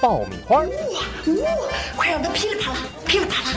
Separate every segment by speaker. Speaker 1: 爆米花》。
Speaker 2: 呜、快让它噼里啪啦，噼里啪啦！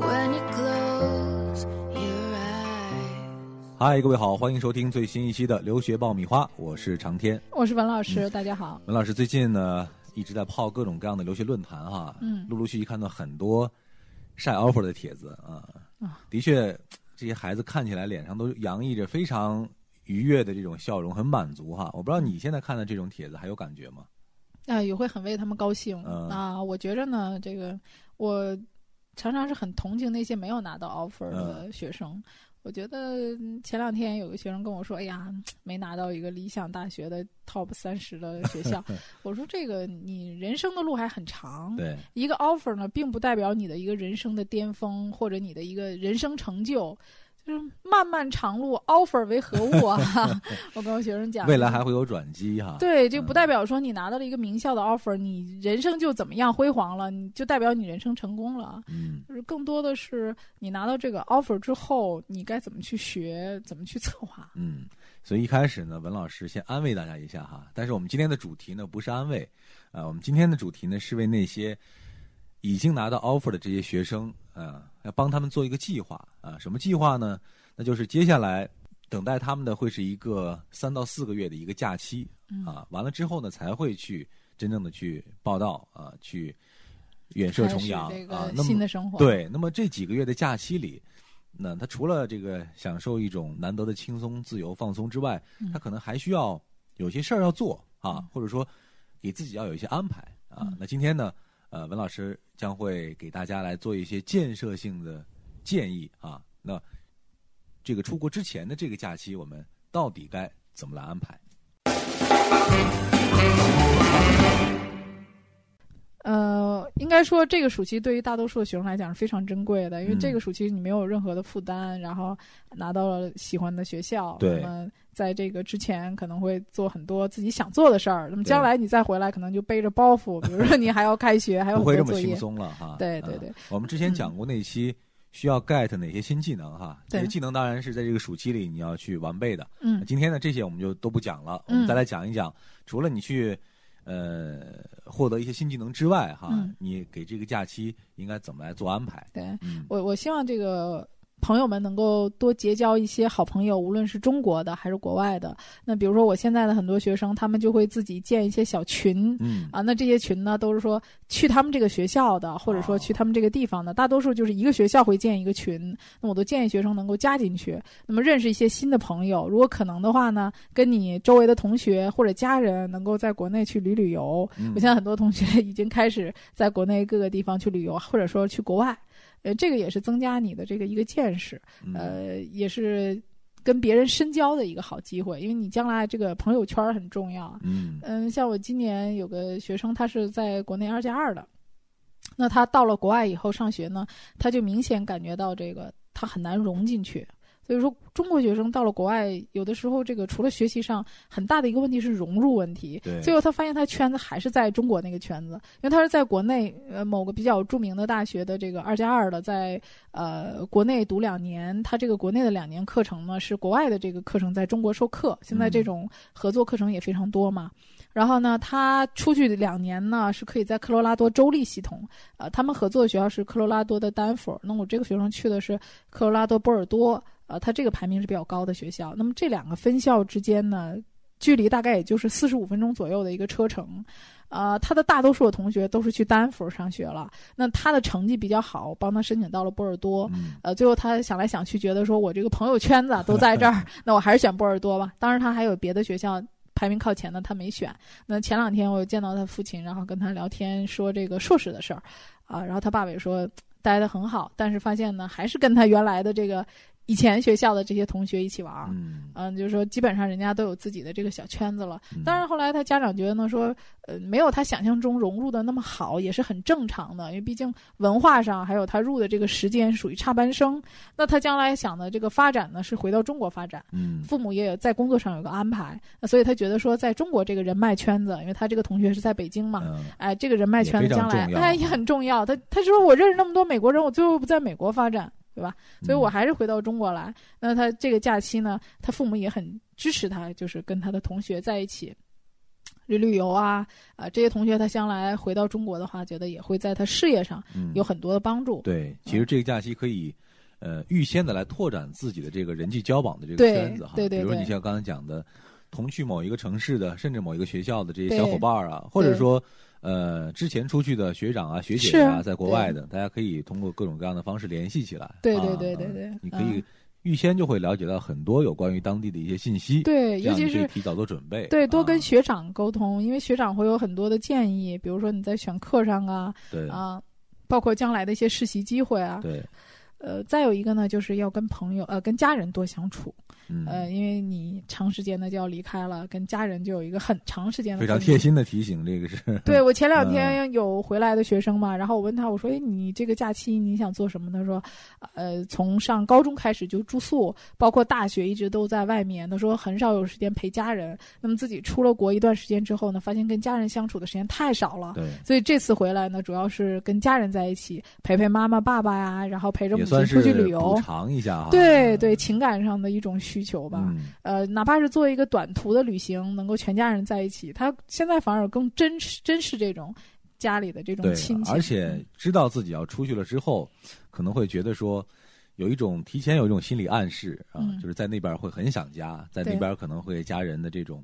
Speaker 3: When you close your eyes.
Speaker 4: 嗨，各位好，欢迎收听最新一期的留学爆米花，我是长天。
Speaker 5: 我是文老
Speaker 4: 嗯
Speaker 5: 师，大家好。
Speaker 4: 文老师最近呢一直在泡各种各样的留学论坛哈，
Speaker 5: 嗯
Speaker 4: 陆陆续续看到很多晒 offer 的帖子啊，
Speaker 5: 啊
Speaker 4: 的确，这些孩子看起来脸上都洋溢着非常愉悦的这种笑容，很满足哈。我不知道你现在看的这种帖子还有感觉吗？
Speaker 5: 啊、也会很为他们高兴、
Speaker 4: 嗯
Speaker 5: 啊。我觉着呢，这个我常常是很同情那些没有拿到 offer 的
Speaker 4: 嗯
Speaker 5: 学生。我觉得嗯前两天有个学生跟我说：“哎呀，没拿到一个理想大学的 top 三十的 学校。”我说：“这个你人生的路还很长，
Speaker 4: 对，
Speaker 5: 一个 offer 呢，并不代表你的一个人生的巅峰或者你的一个人生成就。”就是漫漫长路，offer 为何物啊？ 我跟我学生讲，
Speaker 4: 未来还会有转机 哈。
Speaker 5: 对，就
Speaker 4: 嗯
Speaker 5: 不代表说你拿到了一个名校的 offer，你人生就怎么样辉煌了，你就代表你人生成功了。
Speaker 4: 嗯，
Speaker 5: 就是更多的是你拿到这个 offer 之后，你该怎么去学，怎么去策 划。
Speaker 4: 嗯，所以一开始呢，文老师先安慰大家一下哈。但是我们今天的主题呢，不是安慰，啊、我们今天的主题呢是为那些已经拿到 offer 的这些学生，啊，要帮他们做一个计划啊、什么计划呢？那就是接下来等待他们的会是一个三到四个月的一个假期
Speaker 5: 嗯
Speaker 4: 啊、完了之后呢，才会去真正的去报道啊、去远涉
Speaker 5: 开
Speaker 4: 重
Speaker 5: 始
Speaker 4: 洋
Speaker 5: 这
Speaker 4: 啊
Speaker 5: 个。
Speaker 4: 那
Speaker 5: 新
Speaker 4: 么
Speaker 5: 的生活。，
Speaker 4: 对，那么这几个月的假期里，那他除了这个享受一种难得的轻松、自由、放松之外，他
Speaker 5: 嗯
Speaker 4: 可能还需要有些事儿要做啊，或者说给自己要有一些安排啊。
Speaker 5: 嗯
Speaker 4: 那今天呢，呃，文老师将会给大家来做一些建设性的建议啊。那这个出国之前的这个假期，我们到底该怎么来安排？
Speaker 5: 呃，应该说这个暑期对于大多数的学生来讲是非常珍贵的，因为
Speaker 4: 嗯
Speaker 5: 这个暑期你没有任何的负担，然后拿到了喜欢的学校，
Speaker 4: 对
Speaker 5: 那么在这个之前可能会做很多自己想做的事儿，那么
Speaker 4: 对
Speaker 5: 将来你再回来可能就背着包袱，比如说你还要开学，还有
Speaker 4: 不会
Speaker 5: 很多
Speaker 4: 这么
Speaker 5: 作
Speaker 4: 轻
Speaker 5: 业。
Speaker 4: 松了哈。
Speaker 5: 对
Speaker 4: 嗯
Speaker 5: 对对，
Speaker 4: 我们之前讲过那期需要 get 哪些新技能哈，这些
Speaker 5: 嗯对
Speaker 4: 技能当然是在这个暑期里你要去完备的。
Speaker 5: 嗯
Speaker 4: 今天呢，这些我们就都不讲了，我们再来讲一讲，除了你去呃获得一些新技能之外哈，
Speaker 5: 嗯
Speaker 4: 你给这个假期应该怎么来做安排？
Speaker 5: 对
Speaker 4: 嗯，
Speaker 5: 我我希望这个。朋友们能够多结交一些好朋友，无论是中国的还是国外的。那比如说我现在的很多学生，他们就会自己建一些小群，
Speaker 4: 嗯
Speaker 5: 啊，那这些群呢，都是说去他们这个学校的，或者说去他们这个地方的，大多数就是一个学校会建一个群。那我都建议学生能够加进去，那么认识一些新的朋友。如果可能的话呢，跟你周围的同学或者家人能够在国内去旅旅游。
Speaker 4: 嗯
Speaker 5: 我现在很多同学已经开始在国内各个地方去旅游，啊或者说去国外。呃，这个也是增加你的这个一个见识。
Speaker 4: 嗯
Speaker 5: 呃，也是跟别人深交的一个好机会，因为你将来这个朋友圈儿很重要。
Speaker 4: 嗯
Speaker 5: 嗯，像我今年有个学生，他是在国内二加二的，那他到了国外以后上学呢，他就明显感觉到这个他很难融进去。所以说，中国学生到了国外，有的时候这个除了学习上，很大的一个问题是融入问题。
Speaker 4: 对
Speaker 5: 最后他发现他圈子还是在中国那个圈子，因为他是在国内呃某个比较著名的大学的这个二加二的，在呃国内读两年，他这个国内的两年课程呢是国外的这个课程在中国授课，现在这种合作课程也非常多嘛。然后呢，他出去两年呢是可以在科罗拉多州立系统，呃，他们合作的学校是科罗拉多的丹佛，那我这个学生去的是科罗拉多波尔多，呃，它这个排名是比较高的学校。那么这两个分校之间呢，距离大概也就是四十五分钟左右的一个车程。呃，他的大多数的同学都是去丹佛上学了，那他的成绩比较好，我帮他申请到了波尔多。
Speaker 4: 嗯
Speaker 5: 呃，最后他想来想去，觉得说我这个朋友圈子啊都在这儿，那我还是选波尔多吧。当然，他还有别的学校。排名靠前的他没选。那前两天我又见到他父亲，然后跟他聊天说这个硕士的事儿，啊，然后他爸爸也说待的很好，但是发现呢，还是跟他原来的这个以前学校的这些同学一起玩儿。
Speaker 4: 嗯，
Speaker 5: 嗯，就是说，基本上人家都有自己的这个小圈子了。
Speaker 4: 嗯
Speaker 5: 当然，后来他家长觉得呢，说，呃，没有他想象中融入的那么好，也是很正常的，因为毕竟文化上还有他入的这个时间属于插班生。那他将来想的这个发展呢，是回到中国发展，
Speaker 4: 嗯
Speaker 5: 父母也有在工作上有个安排，那所以他觉得说，在中国这个人脉圈子，因为他这个同学是在北京嘛，
Speaker 4: 嗯
Speaker 5: 哎，这个人脉
Speaker 4: 也
Speaker 5: 圈子
Speaker 4: 非常
Speaker 5: 将来
Speaker 4: 重要
Speaker 5: 哎也很重要。他他说我认识那么多美国人，我最后不在美国发展，对吧？所以
Speaker 4: 嗯
Speaker 5: 我还是回到中国来。那他这个假期呢，他父母也很支持他，就是跟他的同学在一起。旅旅游啊，啊、这些同学他将来回到中国的话，觉得也会在他事业上
Speaker 4: 嗯
Speaker 5: 有很多的帮助。
Speaker 4: 对，其实这个假期可以，呃，预先的来拓展自己的这个人际交往的这个
Speaker 5: 对
Speaker 4: 圈子哈。
Speaker 5: 对对
Speaker 4: 比如
Speaker 5: 对
Speaker 4: 你像刚才讲的，同去某一个城市的，甚至某一个学校的这些
Speaker 5: 对
Speaker 4: 小伙伴儿啊，或者说。呃，之前出去的学长啊、学姐
Speaker 5: 是
Speaker 4: 啊，
Speaker 5: 啊
Speaker 4: 在国外的，大家可以通过各种各样的方式联系起来。
Speaker 5: 对
Speaker 4: 啊
Speaker 5: 对对对嗯
Speaker 4: 啊
Speaker 5: 对
Speaker 4: 你可以预先就会了解到很多有关于当地的一些信息，
Speaker 5: 对，
Speaker 4: 这
Speaker 5: 尤
Speaker 4: 样
Speaker 5: 其
Speaker 4: 你可以
Speaker 5: 是
Speaker 4: 提早做准备。
Speaker 5: 对多
Speaker 4: 啊
Speaker 5: 跟学长沟通，因为学长会有很多的建议，比如说你在选课上啊
Speaker 4: 对
Speaker 5: 啊，包括将来的一些实习机会啊。
Speaker 4: 对，
Speaker 5: 呃，再有一个呢，就是要跟朋友呃跟家人多相处。
Speaker 4: 嗯，
Speaker 5: 呃，因为你长时间的就要离开了，跟家人就有一个很长时间的
Speaker 4: 非常
Speaker 5: 分离
Speaker 4: 贴。心的嗯提醒，这个 是
Speaker 5: 对我前两天有回来的学生嘛，然后我问他，我说：“哎，你这个假期你想做什么？”他说：“呃，从上高中开始就住宿，包括大学一直都在外面。他说很少有时间陪家人。那么自己出了国一段时间之后呢，发现跟家人相处的时间太少了。”
Speaker 4: 对，
Speaker 5: 所以这次回来呢，主要是跟家人在一起，陪陪妈妈、爸爸呀，然后陪着
Speaker 4: 也
Speaker 5: 母亲
Speaker 4: 算是
Speaker 5: 出去旅游
Speaker 4: 补，偿一下哈。
Speaker 5: 对
Speaker 4: 嗯
Speaker 5: 对，，情感上的一种需求吧。
Speaker 4: 嗯，
Speaker 5: 呃，哪怕是做一个短途的旅行，能够全家人在一起，他现在反而更珍视珍视这种家里的这种
Speaker 4: 对
Speaker 5: 亲，情，嗯
Speaker 4: 而且知道自己要出去了之后，可能会觉得说，有一种提前有一种心理暗示啊，
Speaker 5: 嗯
Speaker 4: 就是在那边会很想家，在那
Speaker 5: 对
Speaker 4: 边可能会家人的这种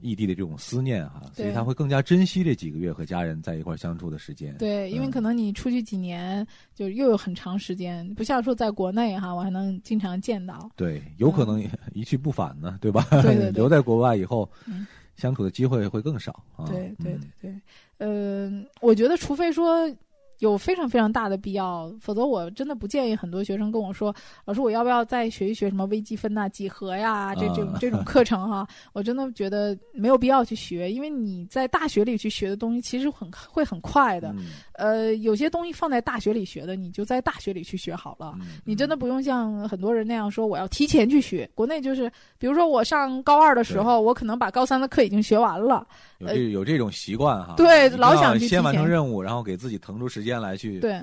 Speaker 4: 异地的这种思念哈、所以
Speaker 5: 对
Speaker 4: 他会更加珍惜这几个月和家人在一块儿相处的时间。
Speaker 5: 对，因为
Speaker 4: 嗯
Speaker 5: 可能你出去几年，就又有很长时间，不像说在国内哈，我还能经常见到。
Speaker 4: 对，有可能一去不返呢，对吧？
Speaker 5: 嗯对对对
Speaker 4: 留在国外以后，
Speaker 5: 嗯
Speaker 4: 相处的机会会更少啊。
Speaker 5: 对对
Speaker 4: 嗯
Speaker 5: 对对，嗯、我觉得除非说有非常非常大的必要，否则我真的不建议很多学生跟我说，老师我要不要再学一学什么微积分呐、几何呀
Speaker 4: 啊
Speaker 5: 这这种这种课程哈，我真的觉得没有必要去学，因为你在大学里去学的东西其实很会很快的，
Speaker 4: 嗯
Speaker 5: 呃，有些东西放在大学里学的，你就在大学里去学好了。
Speaker 4: 嗯
Speaker 5: 啊你真的不用像很多人那样说我要提前去学，国内就是，比如说我上高二的时候，我可能把高三的课已经学完了，
Speaker 4: 有这有这种习惯哈，
Speaker 5: 呃对
Speaker 4: 一定
Speaker 5: 老
Speaker 4: 要
Speaker 5: 想去
Speaker 4: 先
Speaker 5: 提
Speaker 4: 完成
Speaker 5: 前
Speaker 4: 任务，然后给自己腾出时间来去
Speaker 5: 对，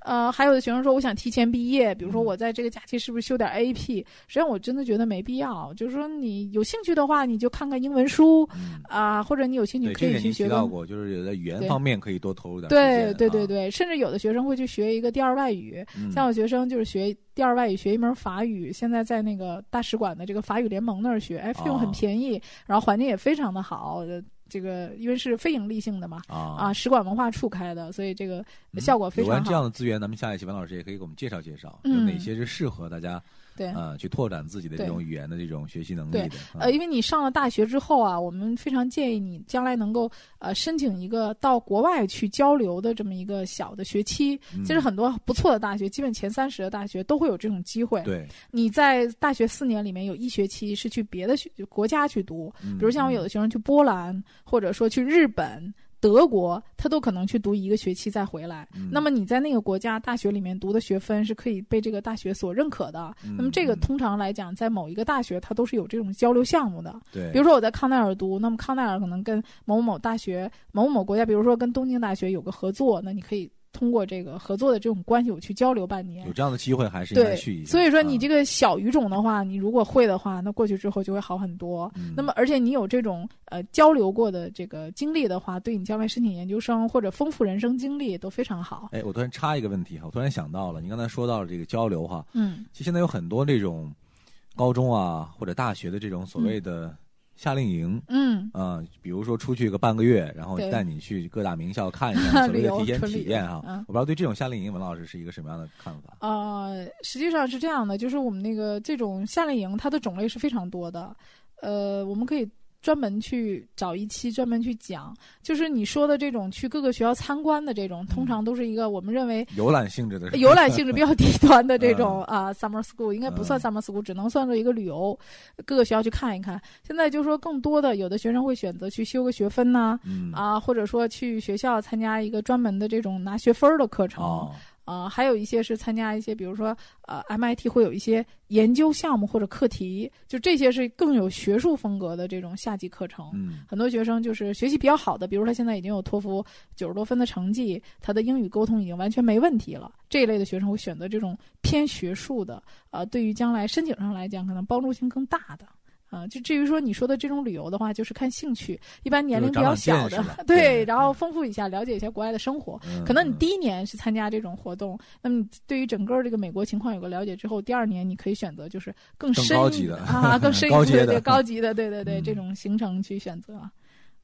Speaker 5: 呃，还有的学生说我想提前毕业，比如说
Speaker 4: 嗯
Speaker 5: 我在这个假期是不是修点 AP？实际上我真的觉得没必要，就是说你有兴趣的话，你就看看英文书
Speaker 4: 嗯
Speaker 5: 啊、或者你有兴趣
Speaker 4: 对，
Speaker 5: 可
Speaker 4: 这
Speaker 5: 以
Speaker 4: 个
Speaker 5: 去
Speaker 4: 您
Speaker 5: 学
Speaker 4: 提
Speaker 5: 个
Speaker 4: 到。过，就是有在语言
Speaker 5: 对
Speaker 4: 方面可以多投入点
Speaker 5: 对
Speaker 4: 时间
Speaker 5: 对对
Speaker 4: 啊，
Speaker 5: 对，甚至有的学生会去学一个第二外语，
Speaker 4: 嗯
Speaker 5: 像我学生就是学第二外语，学一门法语，现在在那个大使馆的这个法语联盟那儿学，哎，费用很
Speaker 4: 哦
Speaker 5: 便宜，然后环境也非常的好，呃这个因为是非盈利性的嘛，
Speaker 4: 啊
Speaker 5: 啊，使馆文化处开的，所以这个
Speaker 4: 嗯
Speaker 5: 效果非
Speaker 4: 有
Speaker 5: 常
Speaker 4: 关
Speaker 5: 好。
Speaker 4: 这样的资源，咱们下一期文老师也可以给我们介绍介绍，有
Speaker 5: 嗯
Speaker 4: 哪些是适合大家
Speaker 5: 对，
Speaker 4: 啊去拓展自己的这
Speaker 5: 对
Speaker 4: 种语言的这种学习能力
Speaker 5: 对
Speaker 4: 的啊。
Speaker 5: 呃，因为你上了大学之后啊，我们非常建议你将来能够呃申请一个到国外去交流的这么一个小的学期。
Speaker 4: 嗯
Speaker 5: 其实很多不错的大学，基本前三十的大学都会有这种机会。
Speaker 4: 对，
Speaker 5: 你在大学四年里面有一学期是去别的学国家去读，
Speaker 4: 比
Speaker 5: 比如像我有的学生去波兰，或者说去日本。德国，他都可能去读一个学期再回来。
Speaker 4: 嗯
Speaker 5: 那么你在那个国家大学里面读的学分是可以被这个大学所认可的。那么这个
Speaker 4: 嗯嗯
Speaker 5: 通常来讲，在某一个大学，它都是有这种交流项目的。
Speaker 4: 对，
Speaker 5: 比如说我在康奈尔读，那么康奈尔可能跟某某大学、某某国家，比如说跟东京大学有个合作，那你可以通过这个合作的这种关系，我去交流半年
Speaker 4: 有。这样的机会还是应该
Speaker 5: 对
Speaker 4: 去一，下。
Speaker 5: 所以说你
Speaker 4: 啊
Speaker 5: 这个小语种的话，你如果会的话，那过去之后就会好很多。
Speaker 4: 嗯
Speaker 5: 那么，而且你有这种呃交流过的这个经历的话，对你将来申请研究生或者丰富人生经历都非常好。
Speaker 4: 哎，我突然插一个问题哈，我突然想到了，你刚才说到了这个交流哈，
Speaker 5: 嗯，
Speaker 4: 其实现在有很多这种高中啊或者大学的这种所谓的夏令营。
Speaker 5: 嗯，
Speaker 4: 啊，比如说出去个半个月，然后
Speaker 5: 对
Speaker 4: 带你去各大名校看一 下 所谓
Speaker 5: 旅
Speaker 4: 的
Speaker 5: 游
Speaker 4: 提前
Speaker 5: 纯旅
Speaker 4: 体验啊哈
Speaker 5: 游。嗯
Speaker 4: 我不知道对这种夏令营，文老师是一个什么样的看法？
Speaker 5: 呃，实际上是这样的，就是我们那个这种夏令营，它的种类是非常多的。呃，我们可以专门去找一期专门去讲，就是你说的这种去各个学校参观的这种，
Speaker 4: 嗯
Speaker 5: 通常都是一个我们认为
Speaker 4: 游览性质的是吧
Speaker 5: 游览性质比较低端的这
Speaker 4: 嗯
Speaker 5: 种啊，summer school 应该不算 summer school，只能算作一个旅游，各个学校去看一看。现在就是说，更多的有的学生会选择去修个学分呐、
Speaker 4: 嗯
Speaker 5: 啊，或者说去学校参加一个专门的这种拿学分儿的课程啊、
Speaker 4: 哦
Speaker 5: 还有一些是参加一些，比如说呃 MIT 会有一些研究项目或者课题，就这些是更有学术风格的这种夏季课程。
Speaker 4: 嗯
Speaker 5: 很多学生就是学习比较好的，比如他现在已经有托福九十多分的成绩，他的英语沟通已经完全没问题了。这一类的学生会选择这种偏学术的，呃，对于将来申请上来讲，可能帮助性更大的。啊，就至于说你说的这种旅游的话，就是看兴趣，一般年龄比较小
Speaker 4: 就是长长见识吧，
Speaker 5: 的对，
Speaker 4: 对
Speaker 5: 然后丰富一下，了解一下国外的生活。
Speaker 4: 嗯
Speaker 5: 可能你第一年是参加这种活动，那么你对于整个这个美国情况有个了解之后，第二年你可以选择就是更
Speaker 4: 更
Speaker 5: 深
Speaker 4: 高
Speaker 5: 一
Speaker 4: 级的
Speaker 5: 啊，更深一
Speaker 4: 高
Speaker 5: 步
Speaker 4: 阶
Speaker 5: 对
Speaker 4: 的
Speaker 5: 对高级的，对对对，
Speaker 4: 嗯
Speaker 5: 这种行程去选择，啊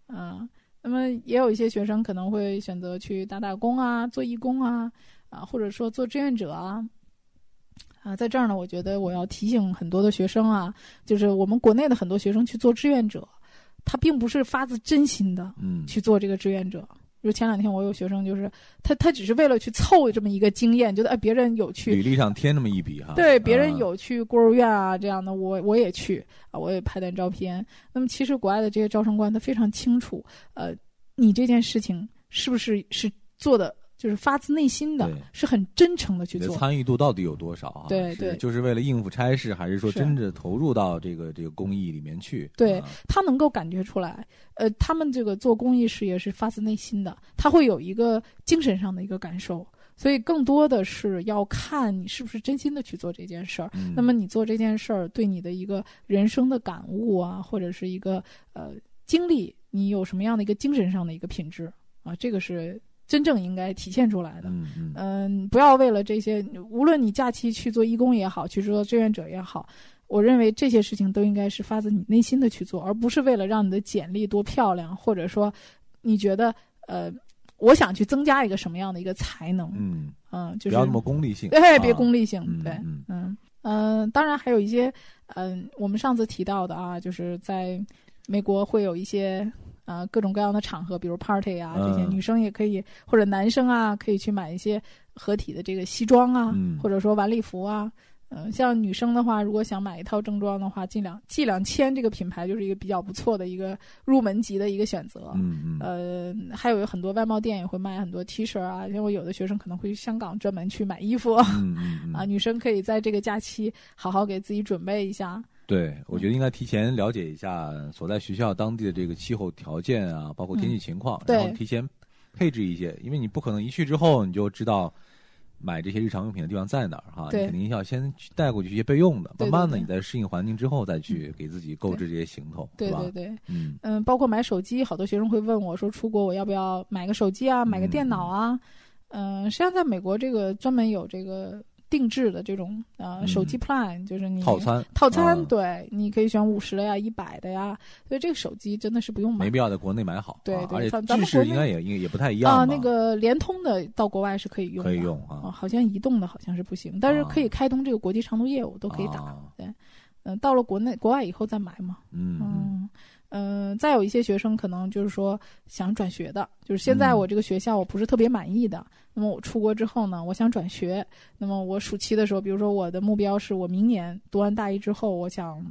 Speaker 5: 嗯，那么也有一些学生可能会选择去打打工啊，做义工啊，啊，或者说做志愿者啊。啊，在这儿呢，我觉得我要提醒很多的学生啊，就是我们国内的很多学生去做志愿者，他并不是发自真心的，
Speaker 4: 嗯
Speaker 5: 去做这个志愿者。就前两天我有学生，就是他他只是为了去凑这么一个经验，觉得哎别人有去，
Speaker 4: 履历上添那么一笔哈，
Speaker 5: 对别人
Speaker 4: 啊
Speaker 5: 有去孤儿院啊这样的，我我也去啊，我也拍点照片。那么其实国外的这些招生官他非常清楚，呃，你这件事情是不是是做的就是发自内心的
Speaker 4: 对，
Speaker 5: 是很真诚的去
Speaker 4: 你的
Speaker 5: 做。
Speaker 4: 参与度到底有多少啊？
Speaker 5: 对
Speaker 4: 是
Speaker 5: 对
Speaker 4: 就是为了应付差事，还是说
Speaker 5: 是
Speaker 4: 真的投入到这个这个公益里面去？
Speaker 5: 对
Speaker 4: 啊
Speaker 5: 他能够感觉出来，呃，他们这个做公益事业是发自内心的，他会有一个精神上的一个感受，所以更多的是要看你是不是真心的去做这件事儿。
Speaker 4: 嗯
Speaker 5: 那么你做这件事儿对你的一个人生的感悟啊，或者是一个呃经历，你有什么样的一个精神上的一个品质啊？这个是真正应该体现出来的。
Speaker 4: 嗯嗯
Speaker 5: 嗯，不要为了这些，无论你假期去做义工也好，去做志愿者也好，我认为这些事情都应该是发自你内心的去做，而不是为了让你的简历多漂亮，或者说你觉得呃，我想去增加一个什么样的一个才能，嗯，
Speaker 4: 嗯，不
Speaker 5: 就是
Speaker 4: 要那么功利性，
Speaker 5: 对，
Speaker 4: 啊
Speaker 5: 别功利性，
Speaker 4: 嗯
Speaker 5: 对，
Speaker 4: 嗯
Speaker 5: 嗯嗯、呃当然还有一些嗯、我们上次提到的啊，就是在美国会有一些。啊、各种各样的场合，比如 party 啊，这些
Speaker 4: 嗯
Speaker 5: 女生也可以，或者男生啊，可以去买一些合体的这个西装啊，
Speaker 4: 嗯
Speaker 5: 或者说晚礼服啊。嗯、像女生的话，如果想买一套正装的话，近两季两千这个品牌就是一个比较不错的一个入门级的一个选择。
Speaker 4: 嗯嗯
Speaker 5: 呃，还有很多外贸店也会卖很多 T 恤啊，因为有的学生可能会去香港专门去买衣服 啊，
Speaker 4: 嗯嗯嗯
Speaker 5: 女生可以在这个假期好好给自己准备一下。
Speaker 4: 对，我觉得应该提前了解一下所在学校当地的这个气候条件啊，包括天气情况，
Speaker 5: 嗯对
Speaker 4: 然后提前配置一些，因为你不可能一去之后你就知道买这些日常用品的地方在哪儿哈，你
Speaker 5: 对
Speaker 4: 肯定要先去带过去一些备用的，
Speaker 5: 对
Speaker 4: 慢慢的
Speaker 5: 对嗯
Speaker 4: 你在适应环境之后再去给自己购置这些行头，
Speaker 5: 对
Speaker 4: 是吧
Speaker 5: 对？对，
Speaker 4: 嗯
Speaker 5: 嗯，包括买手机，好多学生会问我说，出国我要不要买个手机啊，买个电脑啊？嗯、实际上在美国这个专门有这个定制的这种呃
Speaker 4: 嗯
Speaker 5: 手机 plan，、就是你
Speaker 4: 套。餐
Speaker 5: 套餐、
Speaker 4: 啊
Speaker 5: 对，你可以选五十的呀、一百的呀，所以这个手机真的是不用买
Speaker 4: 没必要在国内买好，
Speaker 5: 对
Speaker 4: 啊
Speaker 5: 对
Speaker 4: 而且
Speaker 5: 咱咱
Speaker 4: 制
Speaker 5: 们
Speaker 4: 式
Speaker 5: 国内
Speaker 4: 应该也应该也不太一样
Speaker 5: 啊。
Speaker 4: 吧
Speaker 5: 那个联通的到国外是可以用的，
Speaker 4: 可以用
Speaker 5: 啊、
Speaker 4: 啊，
Speaker 5: 好像移动的好像是不行，但是
Speaker 4: 哦
Speaker 5: 可以开通这个国际长途业务都可以打。
Speaker 4: 啊
Speaker 5: 嗯，到了国内国外以后再买嘛。
Speaker 4: 嗯嗯
Speaker 5: 嗯嗯，再有一些学生可能就是说想转学的，就是现在
Speaker 4: 嗯
Speaker 5: 我这个学校我不是特别满意的，那么我出国之后呢，我想转学，那么我暑期的时候，比如说我的目标是我明年读完大一之后，我想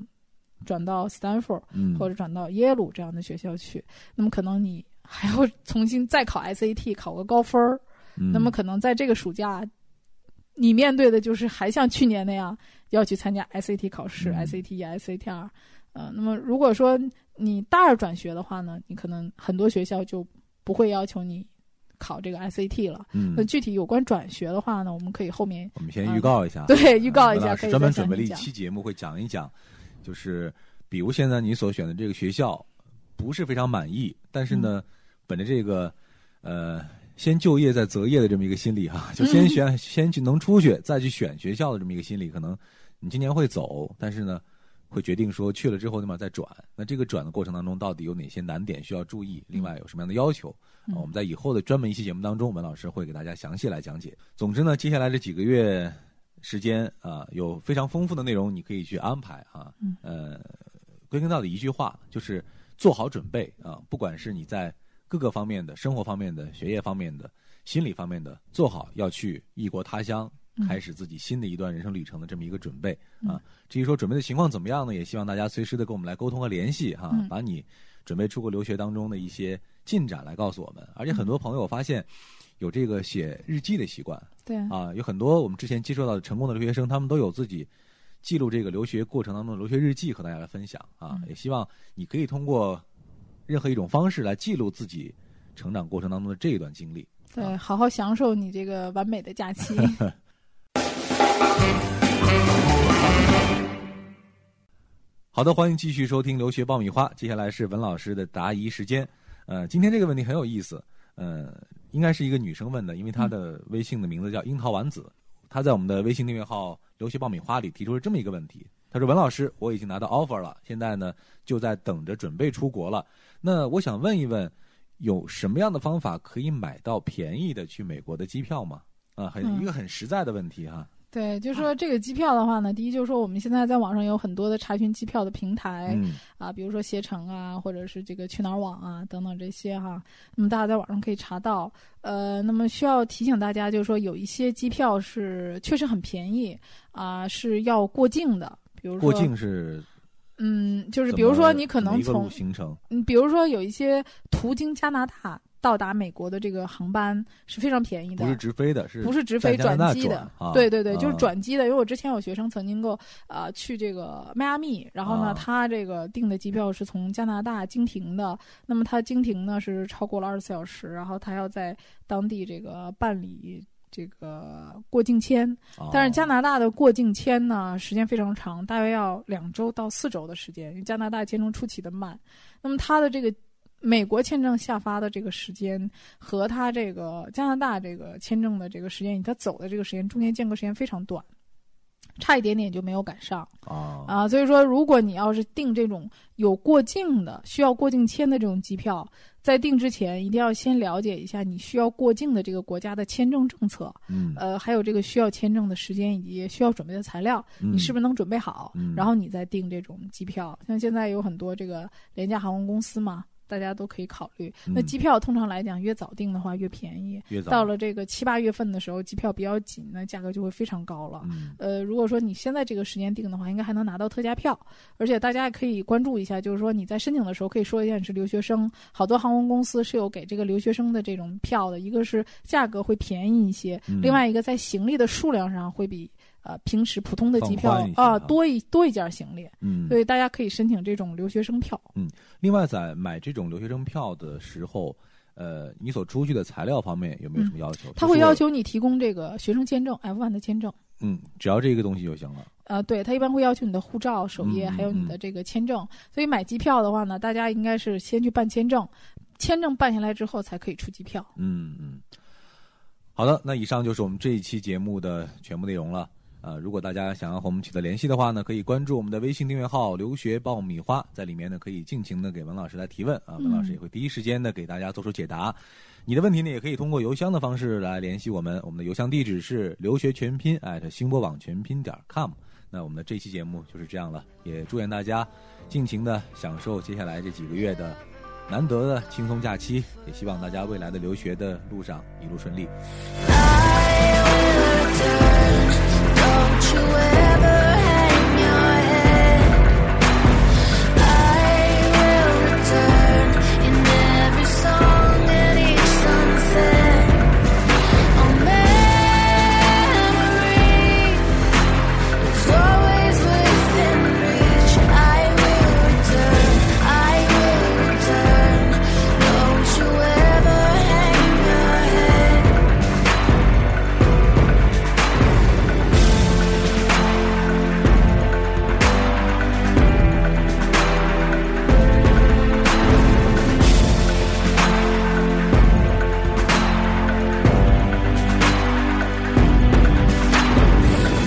Speaker 5: 转到斯坦福
Speaker 4: 嗯，
Speaker 5: 或者转到耶鲁这样的学校去，那么可能你还要重新再考 SAT，考个高分儿，
Speaker 4: 嗯
Speaker 5: 那么可能在这个暑假，你面对的就是还像去年那样要去参加 SAT 考试、
Speaker 4: 嗯
Speaker 5: SAT 一、SAT 二，呃，那么如果说你大二转学的话呢，你可能很多学校就不会要求你考这个 SAT 了。
Speaker 4: 嗯
Speaker 5: 那，具体有关转学的话呢，我们可以 后面
Speaker 4: 我们先预告一下，
Speaker 5: 啊对预告一
Speaker 4: 文
Speaker 5: 下，
Speaker 4: 老
Speaker 5: 可
Speaker 4: 师
Speaker 5: 以
Speaker 4: 嗯专
Speaker 5: 再
Speaker 4: 门准
Speaker 5: 详
Speaker 4: 备了
Speaker 5: 细
Speaker 4: 一
Speaker 5: 讲。
Speaker 4: 期节目，会讲一讲，就是比如现在你所选的这个学校不是非常满意，但是呢，
Speaker 5: 嗯
Speaker 4: 本着这个呃先就业再择业的这么一个心理
Speaker 5: 嗯
Speaker 4: 哈、就先选、 先去能出去，再去选学校的这么一个心理，可能你今年会走，但是呢。会决定说去了之后，那么再转。那这个转的过程当中，到底有哪些难点需要注意？另外有什么样的要求？
Speaker 5: 嗯
Speaker 4: 啊，我们在以后的专门一期节目当中，文老师会给大家详细来讲解。总之呢，接下来这几个月时间啊、有非常丰富的内容你可以去安排啊。
Speaker 5: 嗯
Speaker 4: 呃，归根到底一句话，就是做好准备啊，不管是你在各个方面的生活方面的、学业方面的、心理方面的，做好要去异国他乡。
Speaker 5: 嗯
Speaker 4: 开始自己新的一段人生旅程的这么一个准备
Speaker 5: 嗯
Speaker 4: 啊，至于说准备的情况怎么样呢？也希望大家随时的跟我们来沟通和联系哈、
Speaker 5: 嗯
Speaker 4: 把你准备出国留学当中的一些进展来告诉我们。而且很多朋友我发现有这个写日记的习惯，
Speaker 5: 对啊，
Speaker 4: 啊，有很多我们之前接触到的成功的留学生，他们都有自己记录这个留学过程当中的留学日记和大家来分享啊。也希望你可以通过任何一种方式来记录自己成长过程当中的这一段经历。
Speaker 5: 对，好好享受你这个完美的假 期。
Speaker 4: 好的，欢迎继续收听《留学爆米花》，接下来是文老师的答疑时间。呃，今天这个问题很有意思，呃，应该是一个女生问的，因为她的微信的名字叫樱桃丸子，她在我们的微信订阅号“留学爆米花”里提出了这么一个问题，她说：“文老师，我已经拿到 offer 了，现在呢就在等着准备出国了。那我想问一问，有什么样的方法可以买到便宜的去美国的机票吗？”啊，很
Speaker 5: 嗯
Speaker 4: 一个很实在的问题哈。
Speaker 5: 对，就说这个机票的话呢，第一就是说我们现在在网上有很多的查询机票的平台、
Speaker 4: 嗯
Speaker 5: 啊，比如说携程啊，或者是这个去哪儿网啊等等这些哈。那么大家在网上可以查到。呃，那么需要提醒大家，就是说有一些机票是确实很便宜啊，是要过境的。比如说，
Speaker 4: 过境是
Speaker 5: 嗯，就
Speaker 4: 就是
Speaker 5: 比如说你可能从
Speaker 4: 行程。
Speaker 5: 嗯，比如说有一些途经加拿大到达美国的这个航班是非常便宜的，
Speaker 4: 不是直飞的，是
Speaker 5: 不是直
Speaker 4: 在
Speaker 5: 飞
Speaker 4: 加拿大
Speaker 5: 转机的
Speaker 4: 转啊
Speaker 5: 对对对，
Speaker 4: 啊
Speaker 5: 就是转机的。因为我之前有学生曾经够呃去这个迈阿密，然后呢，
Speaker 4: 啊
Speaker 5: 他这个订的机票是从加拿大经停的，那么他经停呢是超过了二十四小时，然后他要在当地这个办理。这个过境签，
Speaker 4: 哦
Speaker 5: 但是加拿大的过境签呢，时间非常长，大约要两周到四周的时间，因为加拿大签证出奇的慢。那么它的这个美国签证下发的这个时间和它这个加拿大这个签证的这个时间，以及它走的这个时间中间间隔时间非常短，差一点点就没有赶上
Speaker 4: 啊
Speaker 5: 啊。所以说，如果你要是订这种有过境的、需要过境签的这种机票，在订之前一定要先了解一下你需要过境的这个国家的签证政策，
Speaker 4: 嗯，
Speaker 5: 呃，还有这个需要签证的时间以及需要准备的材料。
Speaker 4: 你
Speaker 5: 你是不是能准备好，
Speaker 4: 嗯
Speaker 5: 然后你再订这种机票？像现在有很多这个廉价航空公司嘛，大家都可以考虑。那
Speaker 4: 嗯
Speaker 5: 机票通常来讲，越早订的话越便宜。
Speaker 4: 是越早
Speaker 5: 到了这个七八月份的时候，机票比较紧，那价格就会非常高了。
Speaker 4: 嗯
Speaker 5: 呃，如果说你现在这个时间订的话，应该还能拿到特价票，而且大家也可以关注一下，就是说你在申请的时候可以说一下你是留学生，好多航空公司是有给这个留学生的这种票的，一个是价格会便宜一些，
Speaker 4: 嗯
Speaker 5: 另外一个在行李的数量上会比呃平时普通的机票
Speaker 4: 放宽一些
Speaker 5: 啊
Speaker 4: 啊
Speaker 5: 多一多一件行李，
Speaker 4: 嗯
Speaker 5: 所，以大家可以申请这种留学生票。
Speaker 4: 另外在买这种留学生票的时候，呃，你所出具的材料方面有没有什么要求？
Speaker 5: 嗯他
Speaker 4: 就是我
Speaker 5: 会要，求你提供这个学生签证 F1 的签证。
Speaker 4: 嗯，只要这个东西就行了。
Speaker 5: 呃，对，他一般会要求你的护照、首页，
Speaker 4: 嗯
Speaker 5: 还有你
Speaker 4: 嗯
Speaker 5: 的这个签证。所以买机票的话呢，大家应该是先去办签证，签证办下来之后才可以出机票。
Speaker 4: 嗯嗯，好的，那以上就是我们这一期节目的全部内容了。呃，如果大家想要和我们取得联系的话呢，可以关注我们的微信订阅号“留学爆米花”，在里面呢可以尽情的给文老师来提问啊，文老师也会第一时间的给大家做出解答。你的问题呢，也可以通过邮箱的方式来联系我们，我们的邮箱地址是留学全拼艾特星播网全拼点儿 com。那我们的这期节目就是这样了，也祝愿大家尽情的享受接下来这几个月的难得的轻松假期，也希望大家未来的留学的路上一路顺利。
Speaker 3: Don't you ever hang your head. I will return in every song and each sunset. Oh, memory is always within reach. I will return. I will return. Don't you ever hang your head.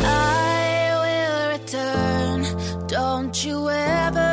Speaker 3: I will return. Don't you ever